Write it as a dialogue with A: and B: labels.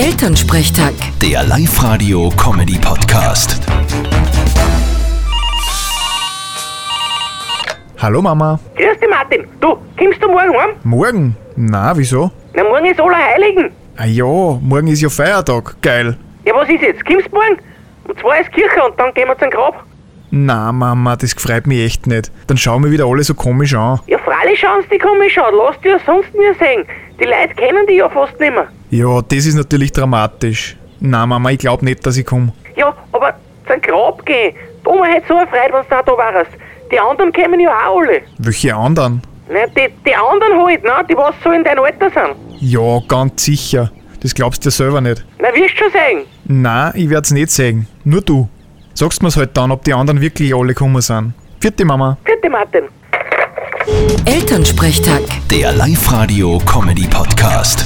A: Elternsprechtag.
B: Der Live-Radio-Comedy-Podcast.
C: Hallo Mama.
D: Grüß dich, Martin. Du, kommst du morgen heim?
C: Morgen? Na, wieso?
D: Na, morgen ist Allerheiligen.
C: Ah ja, morgen ist ja Feiertag. Geil.
D: Ja, was ist jetzt? Kommst du morgen? Und zwar ist Kirche und dann gehen wir zum Grab.
C: Na Mama, das freut mich echt nicht. Dann schauen wir wieder alle so komisch an.
D: Ja, freilich schauen sie die komisch an. Lass dich ja sonst nie sehen. Die Leute kennen dich ja fast nicht mehr.
C: Ja, das ist natürlich dramatisch. Na Mama, ich glaube nicht, dass ich komme.
D: Ja, aber zum Grab gehen. Die Oma hätte so erfreut, wenn du da warst. Die anderen kämen ja auch alle.
C: Welche anderen?
D: Na, die, die anderen halt, ne? die was so in deinem Alter sind.
C: Ja, ganz sicher. Das glaubst du dir selber nicht.
D: Na, wirst schon sehen.
C: Na, ich werd's nicht sagen. Nur du. Sagst mir's halt dann, ob die anderen wirklich alle gekommen sind. Vierte Mama.
D: Vierte Martin.
A: Elternsprechtag.
B: Der Live-Radio-Comedy-Podcast.